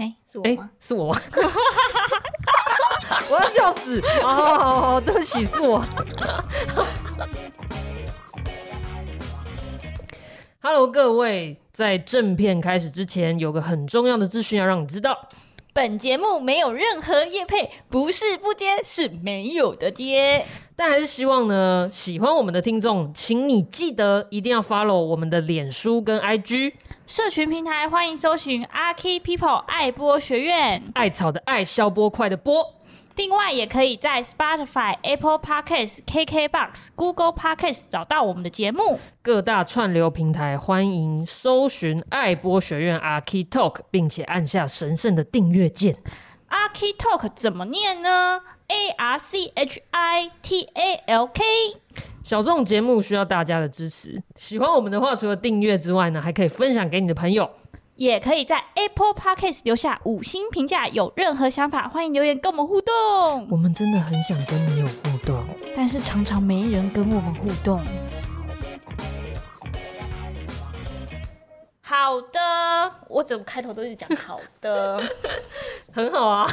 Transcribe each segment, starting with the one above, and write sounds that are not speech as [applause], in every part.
哎，是我哎、吗？是我吗？ [laughs] 我要笑死！哦，对不起，是我。Hello，各位，在正片开始之前，有个很重要的资讯要让你知道。本节目没有任何业配，不是不接，是没有的接。但还是希望呢，喜欢我们的听众，请你记得一定要 follow 我们的脸书跟 IG，社群平台欢迎搜寻 R K People 爱播学院，艾草的艾，消波快的波。另外也可以在 Spotify、Apple Podcasts、KKBox、Google Podcasts 找到我们的节目。各大串流平台欢迎搜寻爱播学院 a r k i Talk，并且按下神圣的订阅键。 R K Talk 怎么念呢？A R C H I T A L K。小众节目需要大家的支持，喜欢我们的话，除了订阅之外呢，还可以分享给你的朋友。也可以在 Apple Podcast 留下五星评价，有任何想法欢迎留言跟我们互动。我们真的很想跟你有互动。但是常常没人跟我们互动。好的，我怎么开头都是讲好 [laughs] 的？很好啊，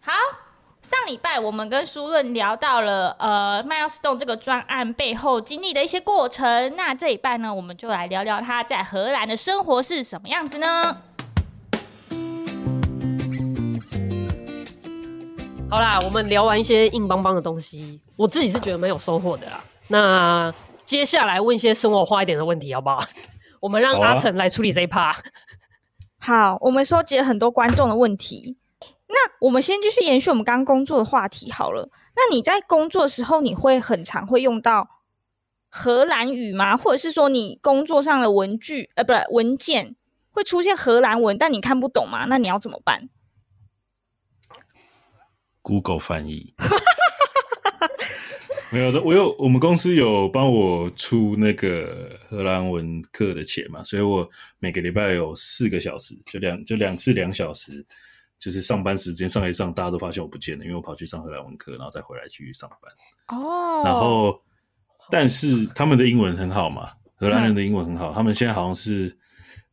好，上礼拜我们跟舒润聊到了呃 Milestone 这个专案背后经历的一些过程，那这礼拜呢，我们就来聊聊他在荷兰的生活是什么样子呢？好啦，我们聊完一些硬邦邦的东西，我自己是觉得蛮有收获的啦。那接下来问一些生活化一点的问题，好不好？ [laughs] 我们让好啊阿成来处理这一趴。好，我们收集了很多观众的问题。那我们先继续延续我们刚刚工作的话题好了。那你在工作的时候，你会很常会用到荷兰语吗？或者是说你工作上的文具，呃，不是文件会出现荷兰文，但你看不懂吗？那你要怎么办？ Google 翻译。 [laughs] 没有的，我有我们公司有帮我出那个荷兰文课的钱嘛，所以我每个礼拜有四个小时，就两就两次两小时，就是上班时间上一上，大家都发现我不见了，因为我跑去上荷兰文课，然后再回来继续上班。哦然后，但是他们的英文很好嘛，荷兰人的英文很好，他们现在好像是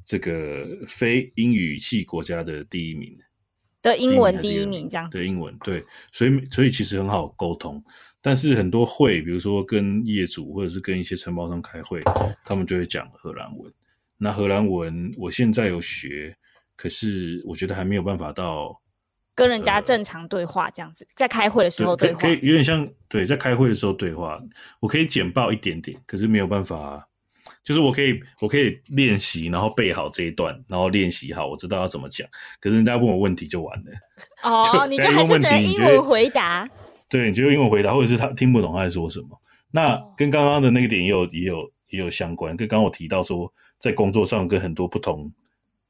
这个非英语系国家的第一名。的英文第第一名还是第二一名这样子对，英文，对，所以所以其实很好沟通，但是很多会，比如说跟业主或者是跟一些承包商开会，他们就会讲荷兰文。那荷兰文我现在有学，可是我觉得还没有办法到，跟人家正常对话这样子，在开会的时候呃对，对可话以可以有点像对，在开会的时候对话，我可以简报一点点，可是没有办法。就是我可以，我可以练习，然后背好这一段，然后练习好，我知道要怎么讲。可是人家问我问题就完了。哦，对你就还是只能英文回答。对，你就用英文回答，或者是他听不懂他在说什么。那哦跟刚刚的那个点也有也有也有相关，跟刚刚我提到说，在工作上跟很多不同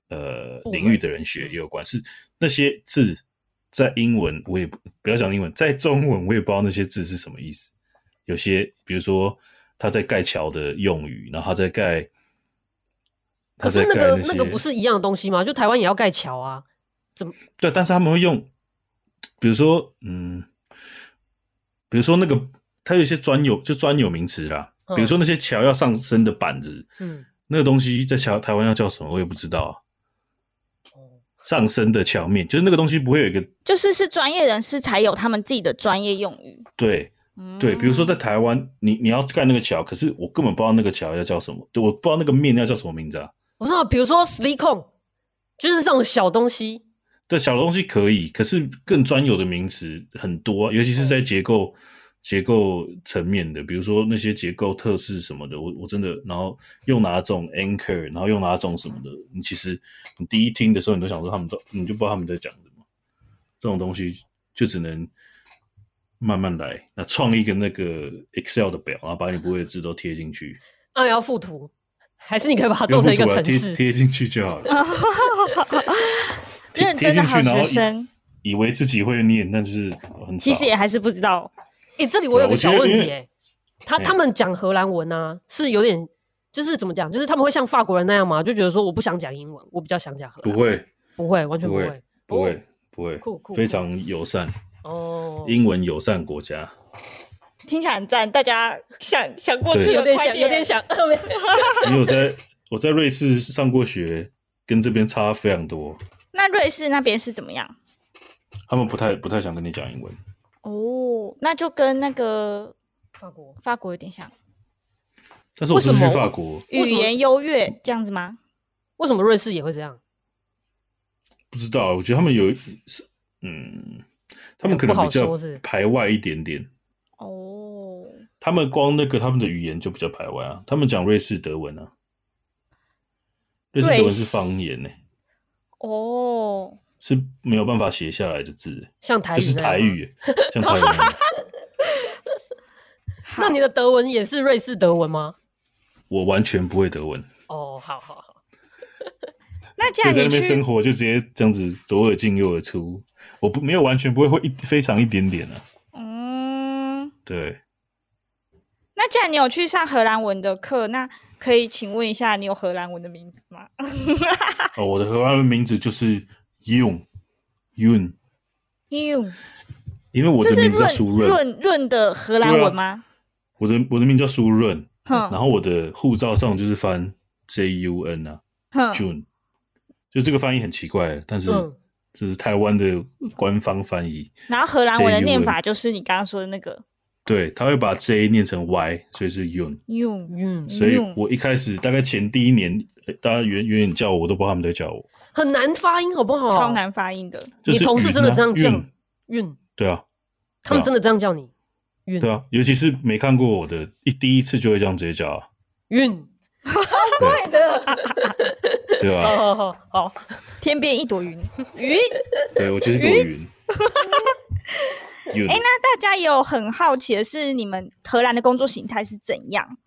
呃领域的人嗯学也有关，是那些字在英文我也不不要讲英文，在中文我也不知道那些字是什么意思。有些比如说他在盖桥的用语，然后他在盖，可他是在那盖个那那个不些是一样的东西吗？就台湾也要盖桥啊。对，但是他们会用，比如说，嗯，比如说那个，它有一些专有就专有名词啦，嗯比如说那些桥要上升的板子，嗯，那个东西在桥台湾要叫什么，我也不知道啊、上升的桥面，就是那个东西不会有一个就是是专业人士才有他们自己的专业用语。对对，比如说在台湾，你你要盖那个桥，可是我根本不知道那个桥要叫什么，对，我不知道那个面要叫什么名字啊。我说，比如说 s l e e c o n 就是这种小东西。对，小东西可以，可是更专有的名词很多啊，尤其是嗯在结构、结构层面的，比如说那些结构特式什么的，我我真的，然后又哪种 anchor，然后又哪种什么的，你其实你第一听的时候，你都想说他们都，你就不知道他们在讲什么。这种东西就只能慢慢来，那创一个那个 Excel 的表，然后把你不会的字都贴进去，啊，要附图，还是你可以把它做成一个不用城附图啊贴市？贴进去就好了。 [laughs] 贴认真的好贴进去然后学以生，以为自己会念，但是很其少实也还是不知道。诶，这里我有个小问对我觉得题、因为诶，他嗯他们讲荷兰文啊，是有点就是怎么讲，就是他们会像法国人那样嘛，就觉得说我不想讲英文，我比较想讲荷兰不文，会，不会，完全不不会会，不哦会，不会，酷酷非常友善，哦，英文友善国家。听起来很赞，大家想想过去对 [laughs] 了有点快想，有点想， [laughs] 因为我在我在瑞士上过学，跟这边差非常多，那瑞士那边是怎么样？他们不太不太想跟你讲英文。哦，那就跟那个法国法国有点像，但是我是为什去么法国，为什语么言优越这样子吗？为什么瑞士也会这样？不知道，我觉得他们有是嗯，他们可不能好比较说是排外一点点。哦，他们光那个他们的语言就比较排外啊，他们讲瑞士德文啊，瑞士德文是方言呢、哦，是没有办法写下来的字，像台语就是那样吗台。 [laughs] 语，像台语那样。好那你的德文也是瑞士德文吗？我完全不会德文，哦，好好好，那 [laughs] 所这样以在你那边生去活就直接这样子左耳进右耳出，我不没有完全不会会一非常一点点啊，嗯，对。那既然你有去上荷兰文的课，那可以请问一下，你有荷兰文的名字吗？ [laughs] 哦，我的荷兰文名字就是 Yun Yun，哟因为我这的是名字叫润苏润，润润的荷兰文吗？我的我的名字叫苏润，哼然后我的护照上就是翻 J U N 啊哼， ，June，就这个翻译很奇怪，但是嗯这是台湾的官方翻译，然后荷兰文的 J-U-N 念法就是你刚刚说的那个对，他会把 J 念成 Y，所以是 Yun。哟嗯，所以嗯我一开始大概前第一年，呃大家远远远叫我，我都不知道他们在叫我。很难发音，好不好？超。难发音的。就你是同事真的云啊这样叫运运，对啊，他们真的这样叫你运对啊，尤其是没看过我的，一第一次就会这样直接叫啊，运，超怪的。对啊吧、哦好好 [laughs] 好，好天边一朵云，云。对我就是朵云。云 [laughs] 哎，那大家也有很好奇的是，你们荷兰的工作形态是怎样？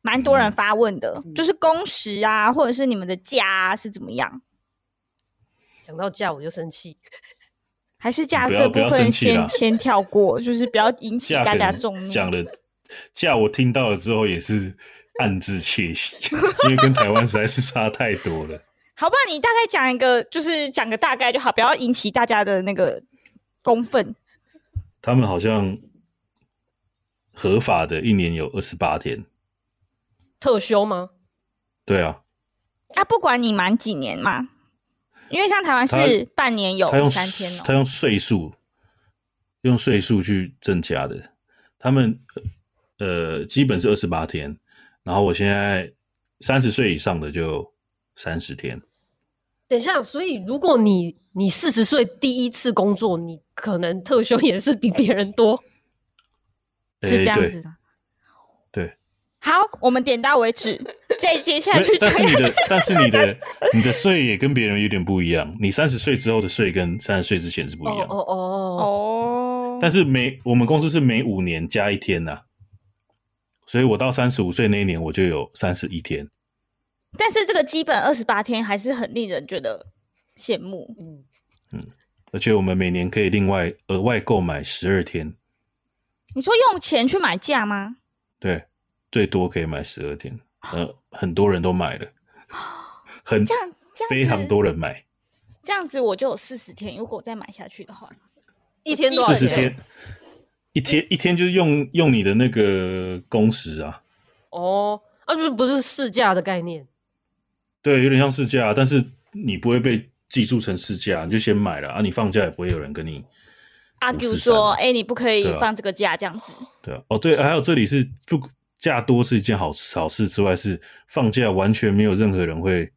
蛮嗯多人发问的，就是工时啊，或者是你们的假、啊、是怎么样？讲到假我就生气。还是假不要这不要部分生气啦先先跳过，就是不要引起下大家重怒。讲的下我听到了之后也是暗自窃喜， [laughs] 因为跟台湾实在是差太多了。好吧，你大概讲一个，就是讲个大概就好，不要引起大家的那个公愤。他们好像合法的一年有二十八天，特休吗？对啊，啊，不管你满几年嘛，因为像台湾他是半年有他用三天他哦。用岁数，用岁数去增加的。他们呃，基本是二十八天，然后我现在三十岁以上的就三十天，等一下，所以如果你你四十岁第一次工作，你可能特休也是比别人多。是这诶样对子的。对。好，我们点到 [laughs] 为止，再接下没有去但是讲你的，但是你的， [laughs] 你的税也跟别人有点不一样。你三十岁之后的税跟三十岁之前是不一样。哦哦，哦。但是每我们公司是每五年加一天呐、所以我到三十五岁那一年我就有三十一天。但是这个基本二十八天还是很令人觉得羡慕。嗯，而且我们每年可以另外额外购买十二天，你说用钱去买假吗？对，最多可以买十二天。呃，很多人都买了，很啊这样这样子非常多人买，这样子我就有四十天，如果我再买下去的话，一天多少四对十钱？天，一天一天就是用用你的那个工时啊，哦，啊，就是不是试驾的概念？对，有点像试驾，但是你不会被记住成试驾，你就先买了啊，你放假也不会有人跟你阿五 Q 十三说：“哎、你不可以对啊放这个假，这样子。对啊，哦对，还有这里是不假多是一件好好事之外，是放假完全没有任何人会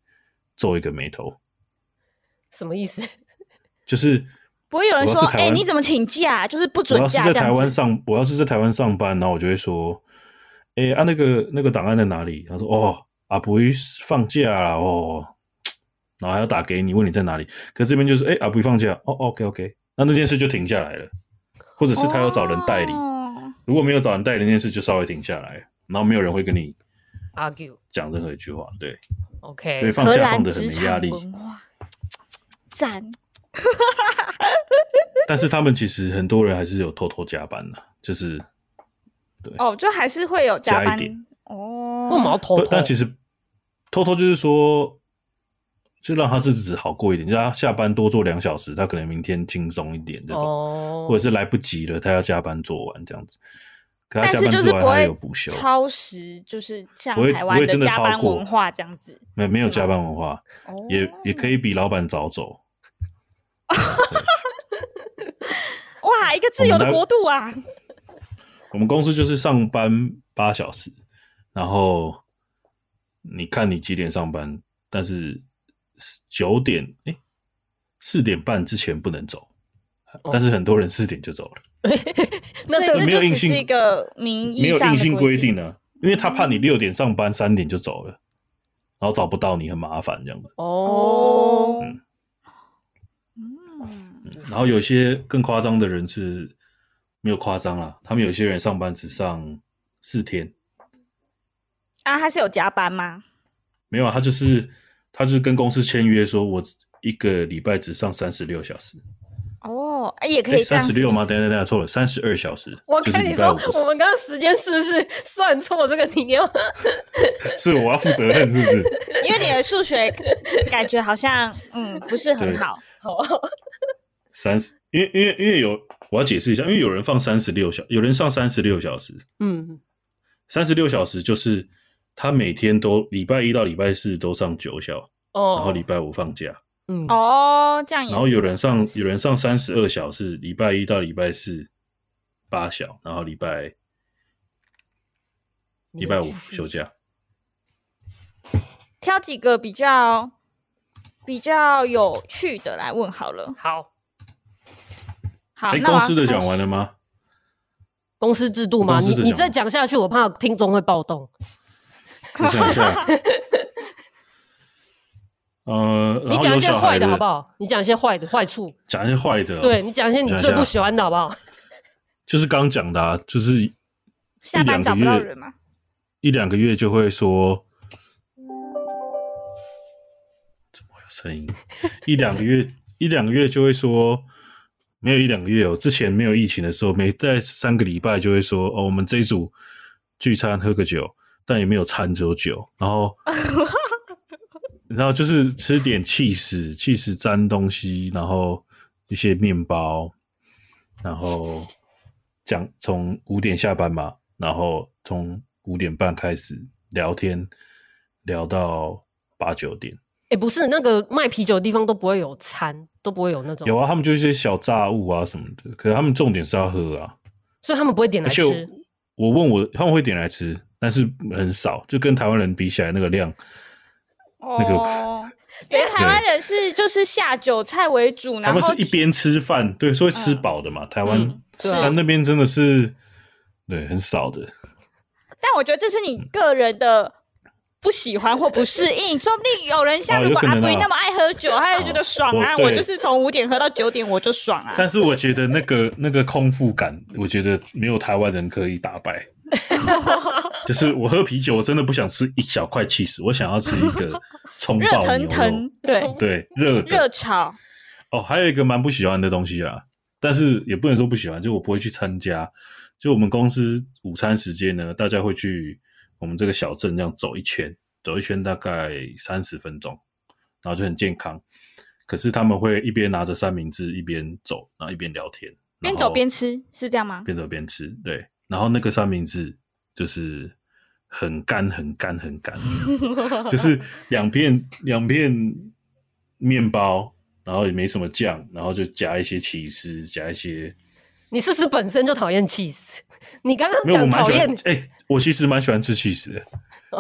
皱一个眉头，什么意思？ [laughs] 就是不会有人我要说：“是台哎、湾你怎么请假？就是不我准要是假在这台样湾子。上，我要是在台湾上班，然后我就会说，哎啊那个那个档案在哪里？他说哦啊不会放假啦哦，然后还要打给你问你在哪里，可这边就是哎啊不会放假哦 OK OK，那那件事就停下来了，或者”是他要找人代理。哦如果没有找人代理那件事，就稍微停下来，然后没有人会跟你 argue。讲任何一句话。对，所以 OK，放荷假兰放的很职没场压力。文化，赞。但是他们其实很多人还是有偷偷加班的，就是哦，就还是会有加加一班点哦。为什么要偷不偷？但其实偷偷就是说，就让他自己好过一点，让他下班多做两小时，他可能明天轻松一点这种，哦，或者是来不及了，他要加班做完这样子。可他加但班是就之是外不他会也有补休，超时就是像不会台不湾会真的加班超过文化这样子，没没有是吗加班文化，哦也也可以比老板早走。哇，一个自由我们的来国度啊！我们公司就是上班八小时，然后你看你几点上班，但是九点哎四点半之前不能走，哦但是很多人四点就走了，那这所以个没这有就硬只性是一个名没义有上硬的性规定定啊，因为他怕你六点上班，三点就走了，然后找不到你很麻烦这样子。哦，嗯嗯，然后有些更夸张的人是没有夸张啦，他们有些人上班只上四天，啊，他是有加班吗？没有啊，他就是他就是跟公司签约说，我一个礼拜只上三十六小时，哦，哎也可以这三样十子六吗？？等等等等，错了，三十二小时。我就是跟你礼拜说五不，我们刚刚时间是不是算错这个题目？是是我要负责任，是不是？因为你的数学感觉好像嗯不是很对好 [laughs] 好啊，三十，因为因为因为有我要解释一下，因为有人放三十六小，有人上三十六小时，嗯，三十六小时就是他每天都礼拜一到礼拜四都上九小，哦，然后礼拜五放假。嗯，哦，这样也然后有人上是有人上三十二小是礼拜一到礼拜四八小，然后礼拜你礼们拜继五续休假。挑几个比较比较有趣的来问好了。好，好，哎，那公我要司的讲开完始了吗？公司制度嘛，公司你你制度讲再讲嘛下去，我怕听众会暴动。我 [laughs] 想一下，呃，你然后讲有一些小坏孩的好不？好？你讲一些坏的坏处，讲一些坏的哦，对你讲一些你讲一最不下喜欢的好不好？就是刚讲的，啊，就是一下班两找个不到月人嘛？一两个月就会说，怎么会有声音？一两个月一两个月就会说，没有一两个月哦，之前没有疫情的时候，每在三个礼拜就会说，哦，我们这一组聚餐喝个酒，但也没有餐只有酒，然后。然后就是吃点气死气死沾东西，然后一些面包，然后讲从五点下班嘛，然后从五点半开始聊天，聊到八九点。哎，不是那个卖啤酒的地方都不会有餐，都不会有那种，有啊，他们就一些小炸物啊什么的，可是他们重点是要喝啊。所以他们不会点来而且我吃。我问我他们会点来吃，但是很少，就跟台湾人比起来那个量，那个哦，因为台湾人是就是下酒菜为主，他然们后是一边吃饭，对，是会吃饱的嘛。台湾，嗯对啊但那边真的是对很少的。但我觉得这是你个人的不喜欢或不适应，说不定有人像哦如果有可阿能布啊那么爱喝酒，他就觉得爽啊，我对我就是从五点喝到九点我就爽啊。但是我觉得那个 [laughs] 那个空腹感，我觉得没有台湾人可以打 [laughs] 败。就是我喝啤酒，我真的不想吃一小块 cheese，我想要吃一个葱热爆牛腾肉，腾，对，对，热的热炒哦。还有一个蛮不喜欢的东西啊，但是也不能说不喜欢，就我不会去参加。就我们公司午餐时间呢，大家会去我们这个小镇这样走一圈，走一圈大概三十分钟，然后就很健康。可是他们会一边拿着三明治一边走，然后一边聊天，边然走后边吃，是这样吗？边走边吃，对。然后那个三明治就是很干、很干、很 [laughs] 干，就是两片两片面包，然后也没什么酱，然后就夹一些起司，夹一些你是不是本身就讨厌 cheese？你刚刚没有，我讲蛮讨喜欢厌。 [laughs] 哎、我其实蛮喜欢吃起司的，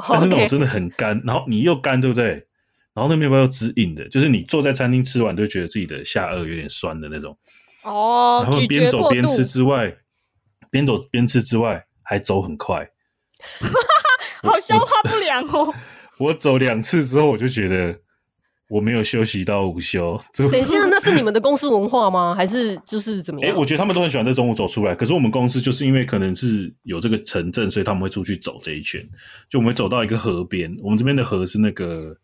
但是那 OK，种真的很干，然后你又干，对不对？然后那面包又直硬的，就是你坐在餐厅吃完，就会觉得自己的下颚有点酸的那种。哦然，后咀边嚼走过边度吃之外，边走边吃之外，还走很快。好消化不良哦。我走两次之后，我就觉得我没有休息到午休。这等一下，那是你们的公司文化吗？还是就是怎么哎、样？我觉得他们都很喜欢在中午走出来。可是我们公司就是因为可能是有这个城镇，所以他们会出去走这一圈。就我们会走到一个河边，我们这边的河是那个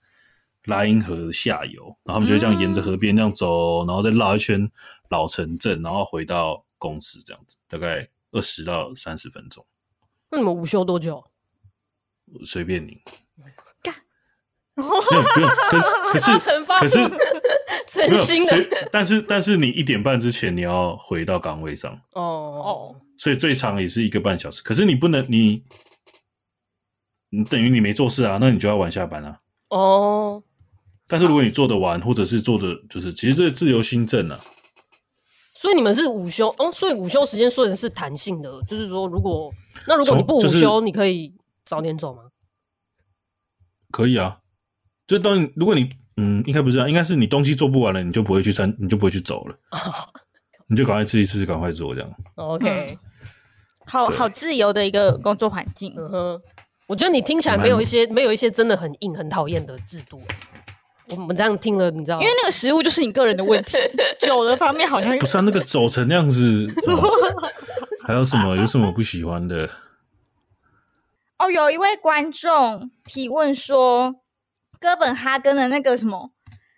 莱茵河的下游，然后他们就会这样沿着河边这样走，然后再绕一圈老城镇，然后回到公司这样子，大概二十到三十分钟，那你们午休多久？随便你。干没有，不用。可可是 [laughs] 八成发可数是，真没有心谁的。但是但是你一点半之前你要回到岗位上，哦哦，所以最长也是一个半小时。可是你不能你你等于你没做事啊，那你就要晚下班啊。哦，但是如果你做得完，或者是做的就是，其实这是自由新政啊，所以你们是午休哦，所以午休时间虽然是弹性的，就是说如果那如果你不午从休，就是你可以早点走吗？可以啊。就当你如果你嗯，应该不是这样，应该是你东西做不完了，你就不会去参，你就不会去走了，你就赶快吃一吃，赶快做这样。哦 OK， [laughs] 好好自由的一个工作环境。嗯哼，我觉得你听起来没有一些没有一些真的很硬很讨厌的制度。我们这样听了，你知道吗因为？那个食物就是你个人的 [laughs] 问题，酒的方面好像不是、啊、那个走成那样子，怎么还有什么有什么不喜欢的？哦，有一位观众提问说，哥本哈根的那个什么，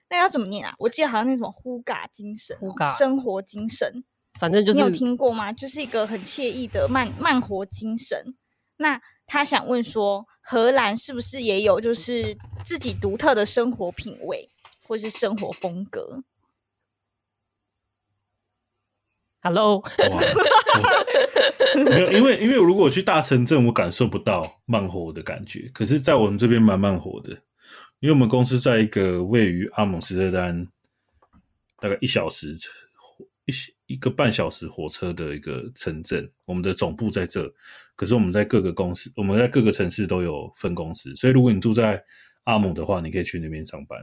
那个要怎么念啊？我记得好像那什么呼嘎精神哦、 Huga 生活精神，反正就你有是听过吗？就是一个很惬意的慢慢活精神。那他想问说，荷兰是不是也有就是自己独特的生活品味或是生活风格？嗯 Hello，哇， [laughs] 没有，因为因为如果我去大城镇，我感受不到慢活的感觉。可是，在我们这边蛮慢活的，因为我们公司在一个位于阿姆斯特丹大概一小时车一一个半小时火车的一个城镇，我们的总部在这。可是我们在各个公司，我们在各个城市都有分公司，所以如果你住在阿姆的话，你可以去那边上班，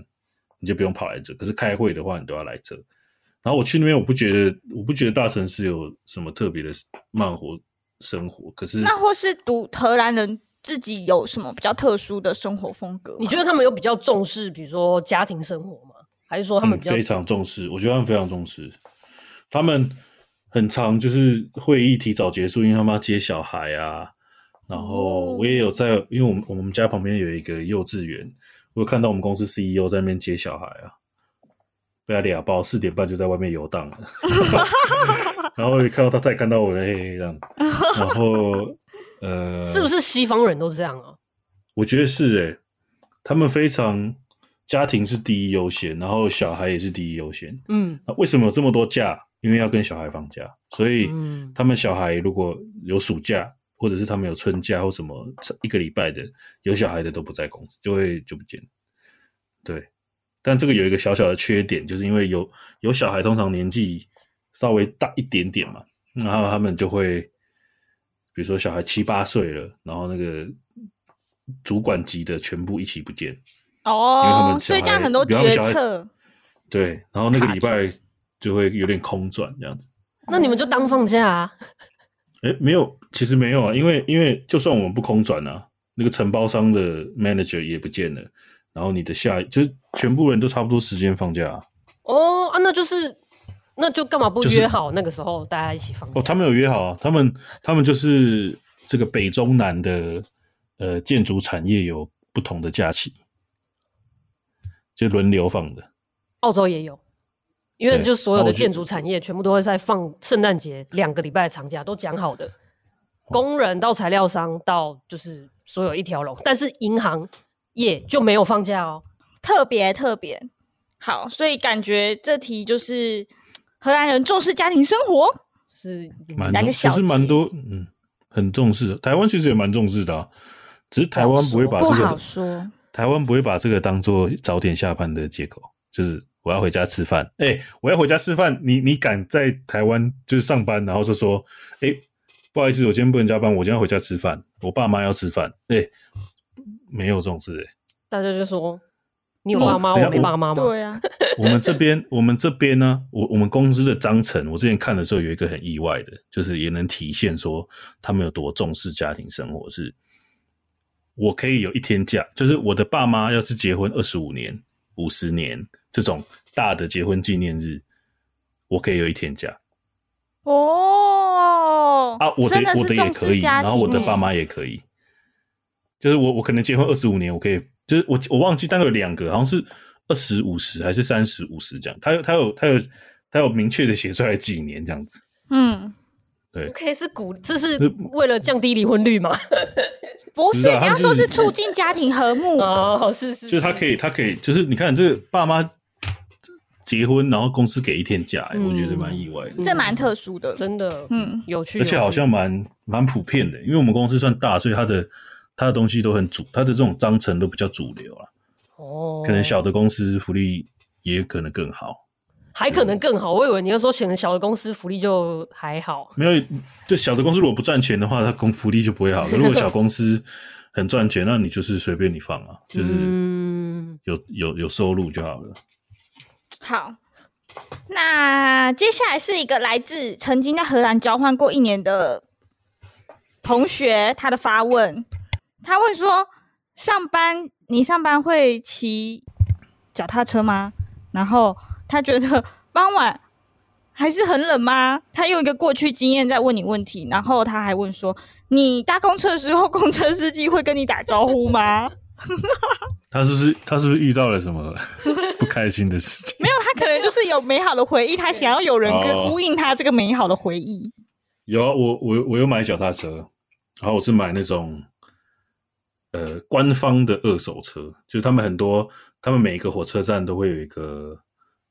你就不用跑来这。可是开会的话，你都要来这。然后我去那边，我不觉得，我不觉得大城市有什么特别的慢活生活。可是那或是独荷兰人自己有什么比较特殊的生活风格吗？你觉得他们有比较重视，比如说家庭生活吗？还是说他们比较嗯非常重视，我觉得他们非常重视。他们很常就是会议提早结束，因为他们要接小孩啊。然后我也哦有在，因为我们我们家旁边有一个幼稚园，我有看到我们公司 CEO 在那边接小孩啊，被他俩包，四点半就在外面游荡了。 [laughs] 然后也看到他，他也看到我，嘿嘿这样。然后 [laughs] 呃，是不是西方人都这样啊？我觉得是诶、他们非常家庭是第一优先，然后小孩也是第一优先。嗯那为什么有这么多假？因为要跟小孩放假，所以嗯他们小孩如果有暑假，或者是他们有春假或什么一个礼拜的，有小孩的都不在公司，就会就不见。对，但这个有一个小小的缺点，就是因为有有小孩，通常年纪稍微大一点点嘛，然后他们就会，比如说小孩七八岁了，然后那个主管级的全部一起不见。因为他哦们，所以小这样孩很多比方说决小孩策。对，然后那个礼拜就会有点空转这样子。那你们就当放假啊。哎，没有，其实没有啊，因为因为就算我们不空转啊，那个承包商的 manager 也不见了，然后你的下就是全部人都差不多时间放假啊、哦啊，那就是那就干嘛不就是约好那个时候大家一起放假？哦，他们有约好啊，他们他们就是这个北中南的呃建筑产业有不同的假期，就轮流放的。澳洲也有，因为对就所有那的我觉建筑产业全部都会在放圣诞节两个礼拜的长假，都讲好的，哦工人到材料商到就是所有一条龙，但是银行业就没有放假哦。特别特别好，所以感觉这题就是荷兰人重视家庭生活。就是蛮来重，个其小实蛮结多，嗯，很重视的。台湾其实也蛮重视的、啊，只是台湾不会把这不个好当说，台湾不会把这个当做早点下班的借口，就是我要回家吃饭。哎、我要回家吃饭，你你敢在台湾就是上班，然后就说，哎、不好意思，我今天不能加班，我今天要回家吃饭，我爸妈要吃饭。哎、没有这种事、哎，大家就说你有哦爸妈，等我一下没我爸妈吗？对啊， [laughs] 我们这边，我们这边呢，我我们公司的章程，我之前看的时候有一个很意外的，就是也能体现说他们有多重视家庭生活。是，我可以有一天假，就是我的爸妈要是结婚二十五年、五十年这种大的结婚纪念日，我可以有一天假哦啊，我的真的我的是也重可以，视家然庭后耶，欸我的爸妈也可以，就是我我可能结婚二十五年，我可以，就是我我忘记，但有两个好像是二十五十还是三十五十这样，他有他有他有他有明确的写出来几年这样子，嗯， OK，是鼓，这是是为了降低离婚率嘛？不不是是啊你他要是说是促嗯进家庭和睦， [laughs] 哦，是是，就是他可以他可以就是你看这个爸妈结婚，然后公司给一天假、欸嗯我觉得蛮意外的，这蛮特殊的。真的嗯，有趣，而且有好趣像蛮蛮普遍的、因为我们公司算大，所以它的它的东西都很主，它的这种章程都比较主流啦。哦，可能小的公司福利也可能更好，还可能更好。我以为你要说可能小的公司福利就还好，没有就小的公司如果不赚钱的话，它公福利就不会好。可如果小公司很赚钱，那你就是随便你放啊，就是嗯，有有有收入就好了。好。那接下来是一个来自曾经在荷兰交换过一年的同学，他的发问，他问说：上班你上班会骑脚踏车吗？然后他觉得傍晚还是很冷吗？他用一个过去经验在问你问题，然后他还问说：你搭公车的时候，公车司机会跟你打招呼吗？ [laughs] 他是不是他是不是遇到了什么 [laughs] 不开心的事情？没有，他可能就是有美好的回忆，他想要有人跟哦呼应他这个美好的回忆。有啊，我我我有买脚踏车，然后我是买那种呃官方的二手车，就是他们很多，他们每一个火车站都会有一个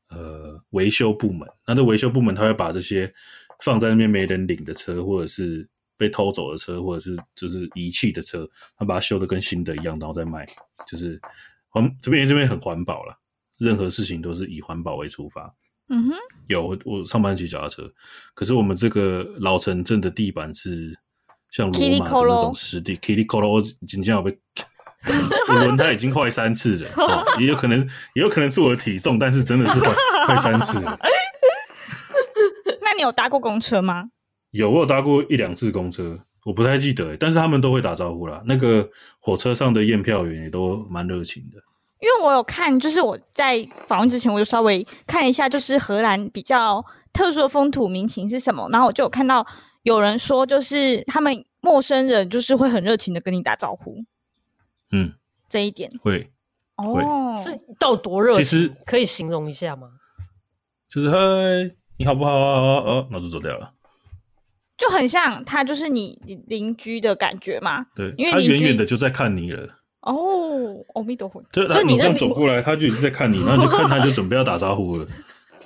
呃维修部门，那这维修部门他会把这些放在那边没人领的车，或者是被偷走的车，或者是就是遗弃的车，他把它修的跟新的一样，然后再卖，就是环这边这边很环保了，任何事情都是以环保为出发。嗯哼，有，我我上班骑脚踏车，可是我们这个老城镇的地板是像罗马的那 Kilikolo 种湿地 k i l i k o l o 今天要 [laughs] 被我轮胎已经坏三次了，哦也有可能也有可能是我的体重，但是真的是坏坏三次了。那你有搭过公车吗？有，我有搭过一两次公车，我不太记得欸，但是他们都会打招呼啦。那个火车上的验票员也都蛮热情的。因为我有看，就是我在访问之前，我就稍微看了一下，就是荷兰比较特殊的风土民情是什么。然后我就有看到有人说，就是他们陌生人就是会很热情的跟你打招呼嗯，这一点。会，会哦，是到多热情？其实可以形容一下吗？就是嗨，你好不好啊？哦哦，那就走掉了。就很像他就是你你邻居的感觉嘛。对，因为他邻远居远的就在看你了。哦，阿弥陀佛。就所以你你这样那走过来，他就已经在看 [laughs] 你，然后你就看他就准备要打招呼了。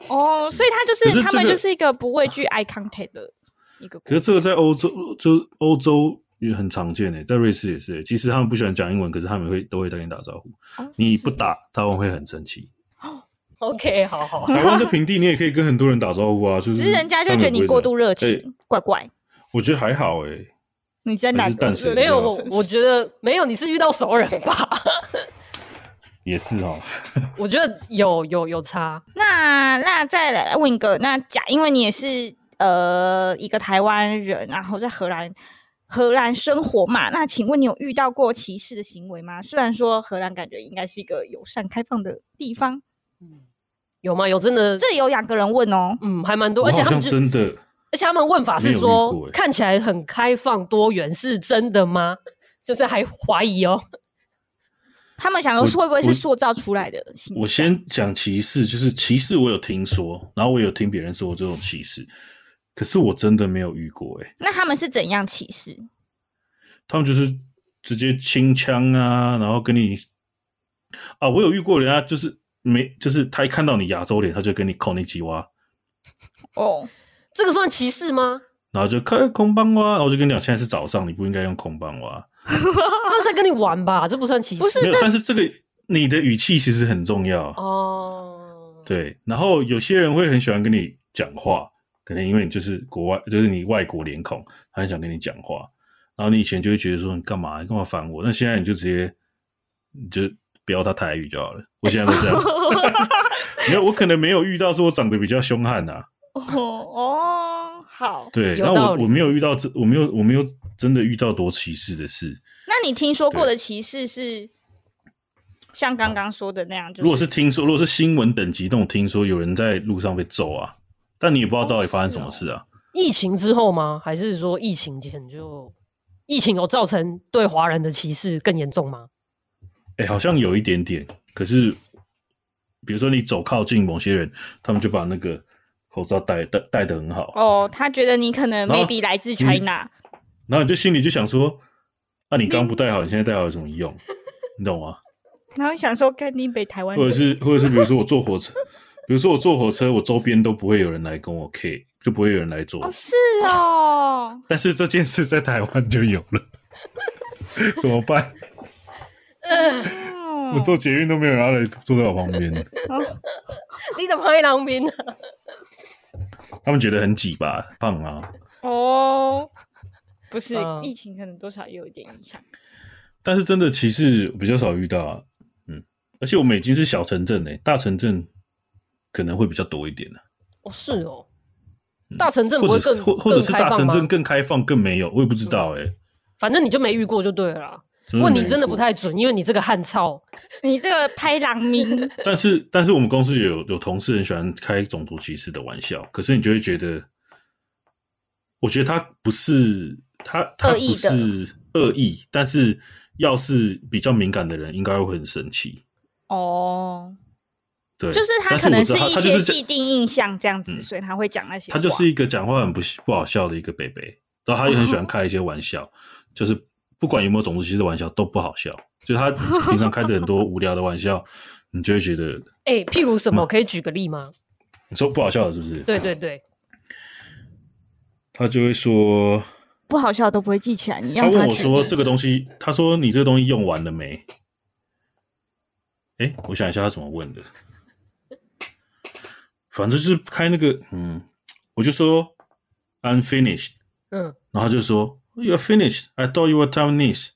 哦，所以他就嗯可是是他这们个啊就是一个不畏惧 eye contact 的一个国可家。是这个在欧洲，就欧洲也很常见诶、在瑞士也是、欸。其实他们不喜欢讲英文，可是他们会都会跟你打招呼。哦你不打，他们会很生 [laughs] 气。 OK，好好，台湾在平地，你也可以跟很多人打招呼啊，就是只是人家就会觉得你过度热情，哎怪怪。我觉得还好欸诶、你在哪还是个淡水热 [laughs] 没比情？较有我，我觉得没有，你是遇到熟人吧？也是哦。我觉得有有有差，那那再来问一个，那假因为你也是呃一个台湾人，然后在荷兰荷兰生活嘛，那请问你有遇到过歧视的行为吗？虽然说荷兰感觉应该是一个友善开放的地方，有吗？有真的，这里有两个人问哦，嗯，还蛮多，我而且好他们像就真的，而且他们问法是没有遇说过欸看起来很开放多元，是真的吗？就是还怀疑哦，他们想说我是会不会是我塑造出来的形象？我先讲歧视，就是歧视我有听说，然后我有听别人说这种歧视，可是我真的没有遇过诶、欸那他们是怎样歧视？他们就是直接清腔啊，然后跟你啊，我有遇过人家就是没，就是他一看到你亚洲脸，他就跟你孔尼基哇，哦，这个算歧视吗？然后就看空邦哇，然后我就跟你讲，现在是早上，你不应该用空邦哇。他们在跟你玩吧？这不算歧视，不是没有，但是这个你的语气其实很重要，哦，，对。然后有些人会很喜欢跟你讲话，可能因为你就是国外，就是你外国脸孔，他很想跟你讲话。然后你以前就会觉得说你干嘛，你干嘛烦我？那现在你就直接你就不要他台语就好了。我现在都这 [laughs] 样。没有，我可能没有遇到说我长得比较凶悍啊，哦，好。对，有然后道我理我没有遇到这，我没有我没有真的遇到多歧视的事。那你听说过的歧视是像刚刚说的那样，就是如果是听说，如果是新闻等级那种，听说有人在路上被揍啊，但你也不知道到底发生什么事啊。疫情之后吗？还是说疫情前就疫情有造成对华人的歧视更严重吗？哎、好像有一点点，可是比如说你走靠近某些人，他们就把那个口罩戴戴戴的很好，哦，他觉得你可能然后 maybe 来自 China，然后你就心里就想说，啊，你刚不戴好，你现在戴好有什么 [laughs] 用？你懂吗？然后想说肯定被台湾或者人是或者是比如说我坐火车，比如说我坐火车，我周边都不会有人来跟我 K，就不会有人来坐。哦，是哦，但是这件事在台湾就有 [laughs] 了，怎么办？我嗯，坐捷运都没有人要来坐在我旁 [laughs] 边， [laughs] 你怎么会当兵呢？他们觉得很挤吧？胖啊！哦，不是嗯，疫情可能多少也有一点影响。但是真的歧视比较少遇到啊，嗯，而且我们已经是小城镇嘞、欸大城镇可能会比较多一点呢、哦，是哦，大城镇不嗯会或者是更或或者是大城更开放吗镇更开放更没有，我也不知道哎、反正你就没遇过就对了啦。真的问没你真的过不太准，因为你这个汉操你这个拍 [laughs] 狼民，但是，但是我们公司有有同事很喜欢开种族歧视的玩笑，可是你就会觉得，我觉得他不是他他恶意不的是恶意，但是要是比较敏感的人，应该会很生气。哦，对，就是他但可能我知道一他就些是这既定印象这样子，嗯所以他会讲那些话。他就是一个讲话很不不好笑的一个北北，然后他也很喜欢开一些玩笑，就是不管有没有种族歧视的玩笑都不好笑，就是他平常开的很多无聊的玩笑，你就会觉得哎、譬如什嗯么，可以举个例吗？你说不好笑了是不是？对对对，他就会说。不好笑都不会记起来，你他要问我去说这个东西，他说你这个东西用完了没？哎，我想一下他怎么问的，反正就是开那个，嗯，我就说 unfinished，嗯，然后他就说 you're finished, I thought you were Taiwanese，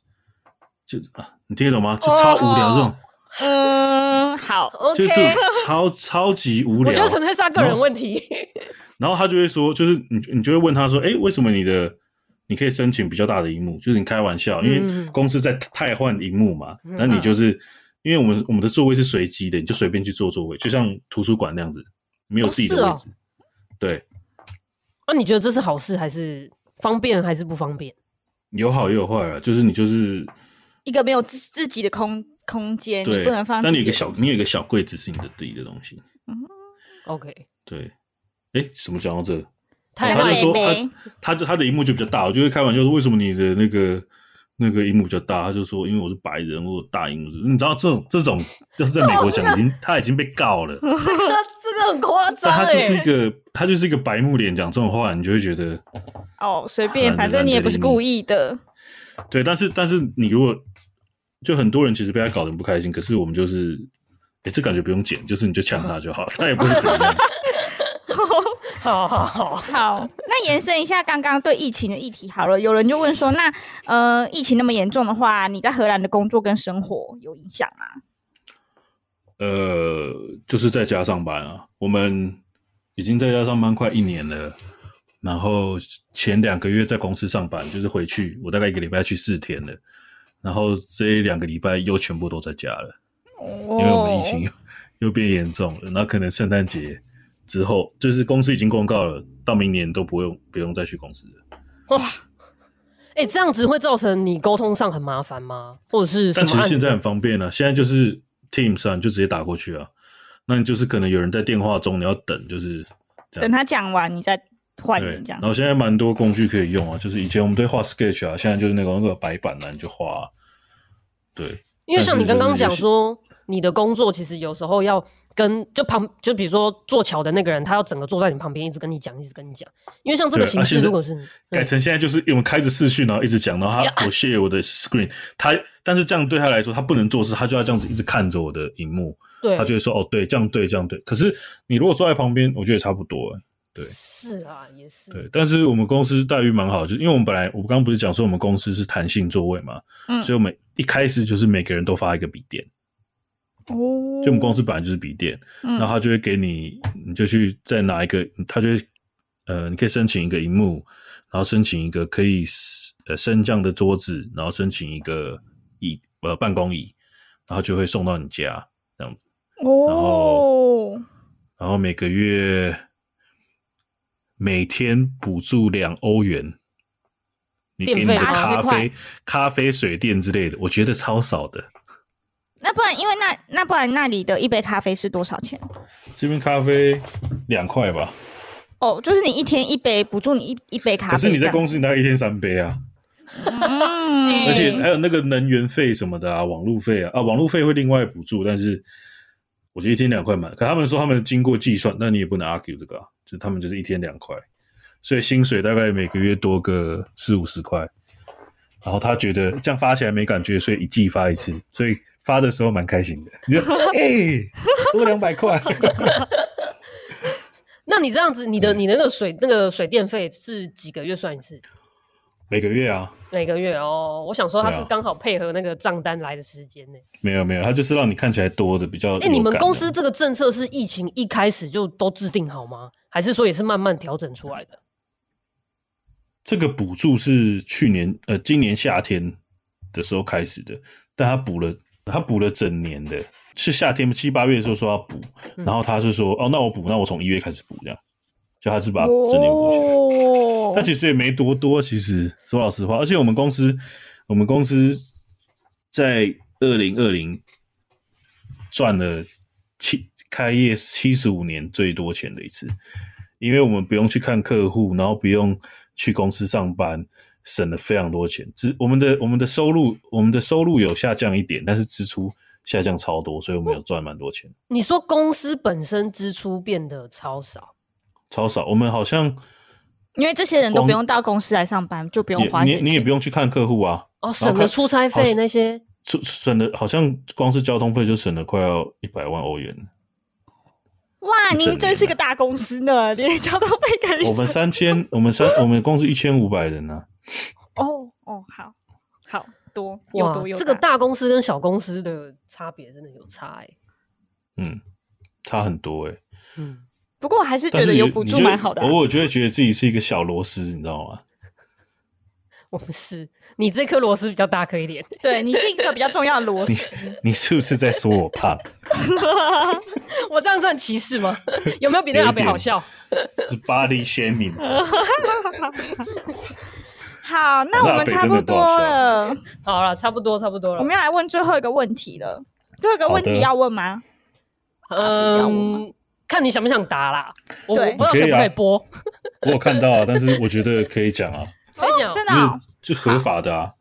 就啊，你听得懂吗？就超无聊这种，嗯，好，就是哦 OK 超超级无我聊。嗯觉得纯粹是他个人问题。 [laughs] 然后他就会说，就是你你就会问他说，哎，为什么你的你可以申请比较大的荧幕？就是你开玩笑，因为嗯公司在汰换荧幕嘛，嗯那、你就是因为我们我们的座位是随机的，你就随便去坐座位，就像图书馆那样子，没有自己的位哦置。对，那、啊你觉得这是好事还是方便还是不方便？有好也有坏啊，就是你就是一个没有自自己的空空间，对，你不能放自但你有己的个东西。小你有一个小柜子是你的自己的东西。 OK，对，哎，怎么讲到这个？太他好就了说太美他他就他的荧幕就比较大，我就会开玩笑说为什么你的那个那个荧幕比较大？他就说因为我是白人，我有大荧幕。你知道这种这种就是在美国讲已经他已经被告了， [laughs] 这个很夸但他欸就是一个他就是一个白目脸讲这种话，你就会觉得哦，随懒得便，反正你也不是故意的。对。但是但是你如果就很多人其实被他搞得很不开心，可是我们就是哎这感觉不用剪，就是你就呛他就好，他也不会怎样。好好好，好，那延伸一下刚刚对疫情的议题好了。有人就问说，那呃，疫情那么严重的话，你在荷兰的工作跟生活有影响吗？呃，就是在家上班啊，我们已经在家上班快一年了。然后前两个月在公司上班，就是回去，我大概一个礼拜去四天了。然后这两个礼拜又全部都在家了，因因为我们疫哦情又,、 [laughs] 又变严重了。那可能圣诞节之后，就是公司已经公告了，到明年都不用不用再去公司了。哎、这样子会造成你沟通上很麻烦吗？或者是什但么其实案子？现在很方便啊，现在就是 Teams 啊，你就直接打过去啊。那你就是可能有人在电话中，你要等，就是这样等他讲完，你再换对，你这样然。后现在蛮多工具可以用啊，就是以前我们对画 Sketch 啊，现在就是那个那个白板啊，你就画啊、对，因为像你刚刚讲但是就是说，你的工作其实有时候要跟就旁就比如说坐桥的那个人，他要整个坐在你旁边，一直跟你讲，一直跟你讲。因为像这个对啊形式，现在如果是嗯你改成现在就是我们开着视讯，然后一直讲，然后他我 share 我的 screen，他但是这样对他来说，他不能做事，他就要这样子一直看着我的荧幕，对他就会说哦对，这样对，这样对。可是你如果坐在旁边，我觉得也差不多、欸。是啊，也是嗯对，但是我们公司待遇蛮好，就是因为我们本来我刚刚不是讲说我们公司是弹性座位嘛，嗯所以我们一开始就是每个人都发一个笔电，哦就我们公司本来就是笔电，然后嗯他就会给你，你就去再拿一个，他就会呃，你可以申请一个荧幕，然后申请一个可以 s- 呃升降的桌子，然后申请一个椅呃办公椅，然后就会送到你家这样子，然后哦，然后每个月每天补助两欧元。你给电你费的吗咖80块啊啡、咖啡、水电之类的，我觉得超少的。那不然因为那那不然那里的一杯咖啡是多少钱？这边咖啡两块吧，哦，就是你一天一杯，补助你一一杯咖啡。可是你在公司，司你大概一天三杯啊。嗯，而且还有那个能源费什么的啊，网路费啊，啊，网路费会另外补助，但是我我觉得一天两块蛮，可他们说他们经过计算，那你也不能 argue 这个啊，就他们就是一天两块，所以薪水大概每个月多个四五十块，然后他觉得这样发起来没感觉，所以一季发一次，所以发的时候蛮开心的， [laughs] 你就哎、多两百块， [laughs] 那你这样子，你嗯的你的那个水那个水电费是几个月算一次？每个月啊，每个月哦。我想说，它对是啊刚好配合那个账单来的时间呢。没有没有，他就是让你看起来多的比较有哎、感的。啊你们公司这个政策是疫情一开始就都制定好吗？还是说也是慢慢调整出来的？这个补助是去年呃今年夏天的时候开始的，但他补了他补了整年的，是夏天七八月的时候说要补，嗯然后他是说哦那我补，那我从一月开始补这样，就他是把啊整年补起来。哦但其实也没多多，其实说老实话，而且我们公司，我们公司在二零二零赚了七开业七十五年最多钱的一次，因为我们不用去看客户，然后不用去公司上班，省了非常多钱。支我们的我们的收入，我们的收入有下降一点，但是支出下降超多，所以我们有赚蛮多钱，你说公司本身支出变得超少，超少。我们好像因为这些人都不用到公司来上班，就不用也花你这也些你也钱不用去看客户啊，哦，然省后了看出差好费那些，就省了，好像光是交通费就省了快要一百万欧元。 [laughs] 哇，一整您真年是啊个大公司呢， [laughs] 连交通费可以我们省三千，我们三，我们公司一千五百人啊呢、哦哦，好好多又哇多，又这个大公司跟小公司的差别真的有差哎、嗯，差很多诶、嗯，不过我还是但是觉得你有补你助就蛮好的啊、偶尔就会觉得自己是一个小螺丝，你知道吗？我不是，你这颗螺丝比较大颗一点。对你是一个比较重要的螺丝你。你是不是在说我胖？我这样算歧视吗？ [laughs] 有没有比那个阿北好笑？是 body shaming。好，那我那们北差真不的不好笑多了，啊好了，差不多，差不多我了。们要来问最后一个问题了。最后一个问好题的要问吗？要我嗯，看你想不想答啦。我我对哦不知道你可可不可以啊以播。我有看到啊，但是我觉得可以 [laughs] 讲啊，可以讲真的因哦、为就合法的啊。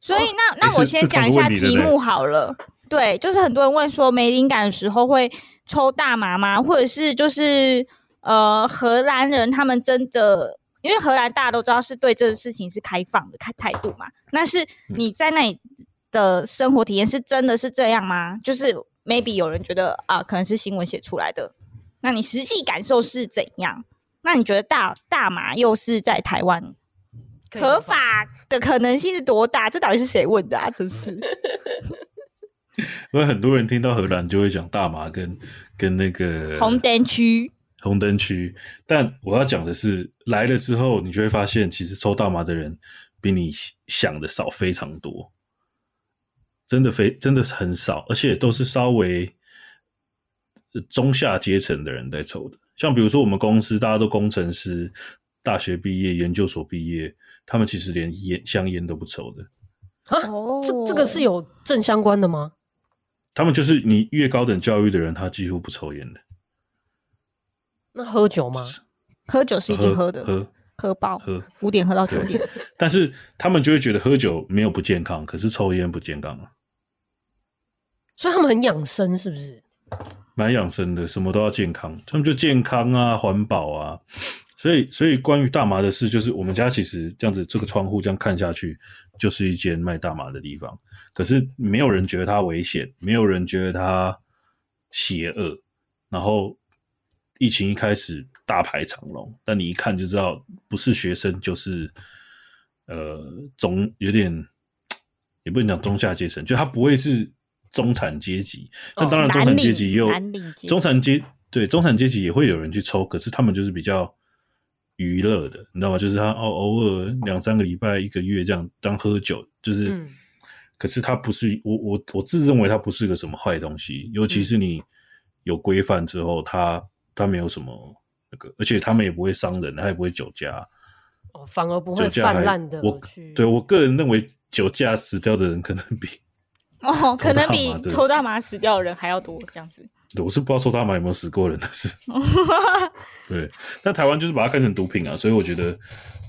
所以那那诶我是先是同讲一个问下题对题不对目好了。对，就是很多人问说没灵感的时候会抽大麻吗？或者是就是呃荷兰人他们真的，因为荷兰大家都知道是对这个事情是开放的开态度嘛。那是嗯你在那里的生活体验是真的是这样吗？就是 maybe 有人觉得啊，可能是新闻写出来的，那你实际感受是怎样？那你觉得大大麻又是在台湾可以合法的可能性是多大？这到底是谁问的啊？真是因为很多人听到荷兰就会讲大麻跟跟那个红灯区红灯区。但我要讲的是，来了之后，你就会发现，其实抽大麻的人比你想的少非常多，真的非真的是很少，而且都是稍微呃中下阶层的人在抽的。像比如说我们公司，大家都工程师，大学毕业、研究所毕业，他们其实连烟香烟都不抽的。啊哦，这这个是有正相关的吗？他们就是你越高等教育的人，他几乎不抽烟的。那喝酒吗？喝酒是一定喝的，喝喝爆，喝五点喝到九对点。但是他们就会觉得喝酒没有不健康，可是抽烟不健康啊，所以他们很养生，是不是？蛮养生的，什么都要健康，他们就健康啊，环保啊。所以，所以关于大麻的事，就是我们家其实这样子，这个窗户这样看下去，就是一间卖大麻的地方。可是没有人觉得它危险，没有人觉得它邪恶。然后疫情一开始大排长龙，但你一看就知道，不是学生就是呃中有点，也不能讲中下阶层，就他不会是中产阶级。那当然，中产阶级也有、哦蓝领蓝领阶级中产阶对中产阶级也会有人去抽，可是他们就是比较。娱乐的，你知道吗？就是他偶偶尔两三个礼拜、一个月这样当喝酒，就是，嗯可是它不是我我我自认为它不是个什么坏东西，尤其是你有规范之后，它它没有什么那个，而且他们也不会伤人，它也不会酒驾，哦，反而不酒会驾还泛滥的我去。对我个人认为酒驾死掉的人可能比哦，可能比抽大麻真是抽大麻死掉的人还要多，这样子。我是不知道抽大麻有没有死过人，[laughs] 但 [laughs] 是对，但台湾就是把它看成毒品啊，所以我觉得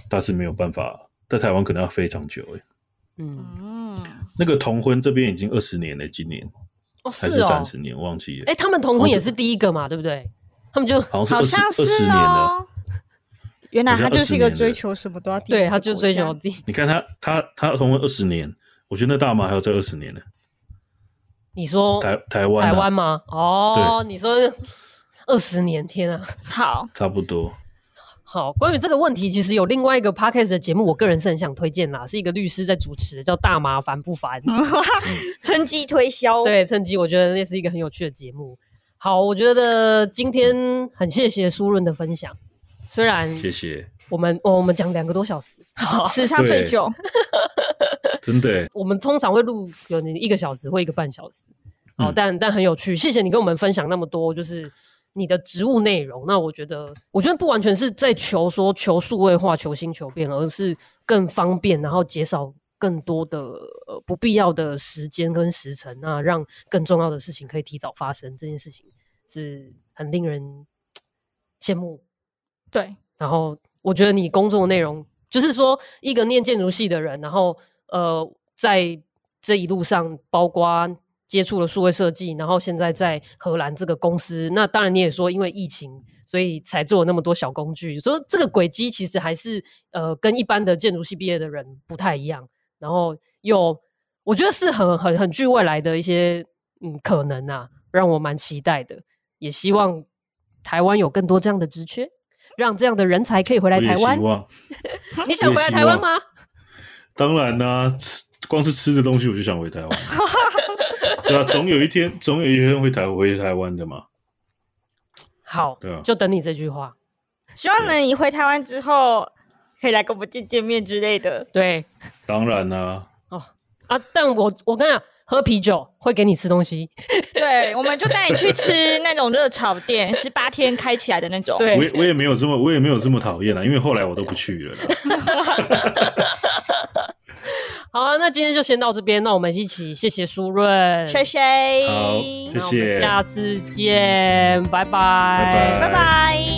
它是没有办法，在台湾可能要非常久、欸、嗯，嗯，那个同婚这边已经二十年了，今年哦，还是是哦三，十年，忘记了哎，，他们同婚也是第一个嘛，对不对？他们就好像好是像二十二十是年了。哦。原来好他像就是一个20年的追求什么都要第一对，的他就国追家求第，你看他他他同婚二十年，我觉得那大麻还要再二十年呢。你说台台湾、啊、哦台湾吗？哦，你说二十年，天啊！好，差不多。好，关于这个问题，其实有另外一个 podcast 的节目，我个人是很想推荐啦，是一个律师在主持的，叫《大麻烦不烦》。嗯趁机推销。，对，趁机我觉得那是一个很有趣的节目。好，我觉得今天很谢谢苏润的分享，虽然谢谢，我们哦，我们讲两个多小时， [laughs] 史上最对久。真的欸我们通常会录有一个小时或一个半小时，哦，嗯但但很有趣，谢谢你跟我们分享那么多，就是你的职务内容。那我觉得，我觉得不完全是在求说求数位化、求新求变，而是更方便，然后减少更多的呃不必要的时间跟时辰，那让更重要的事情可以提早发生。这件事情是很令人羡慕对，然后我觉得你工作的内容，就是说一个念建筑系的人，然后呃，在这一路上，包括接触了数位设计，然后现在在荷兰这个公司，那当然你也说因为疫情，所以才做了那么多小工具，所以这个轨迹其实还是呃跟一般的建筑系毕业的人不太一样，然后又我觉得是很很很具未来的一些嗯可能啊，让我蛮期待的，也希望台湾有更多这样的职缺。让这样的人才可以回来我也台希湾。望。你想回来台湾吗？当然啦、吃光是吃的东西我就想回 [laughs] 台湾。对啊，总有一天，总有一天会台回台湾的嘛。好对啊，就等你这句话。希望呢你回台湾之后可以来跟我们见见面之类的。对当然啦、啊，但我我跟你讲，喝啤酒会给你吃东西。 [laughs] 对，我们就带你去吃那种热炒店，十八天开起来的那种。哦我也对，我也没有这么我也没有这么讨厌啦，啊因为后来我都不去了啦。好啊，那今天就先到这边。那我们一起谢谢苏润，谢谢，好那我们谢谢下次见，拜拜，拜拜拜。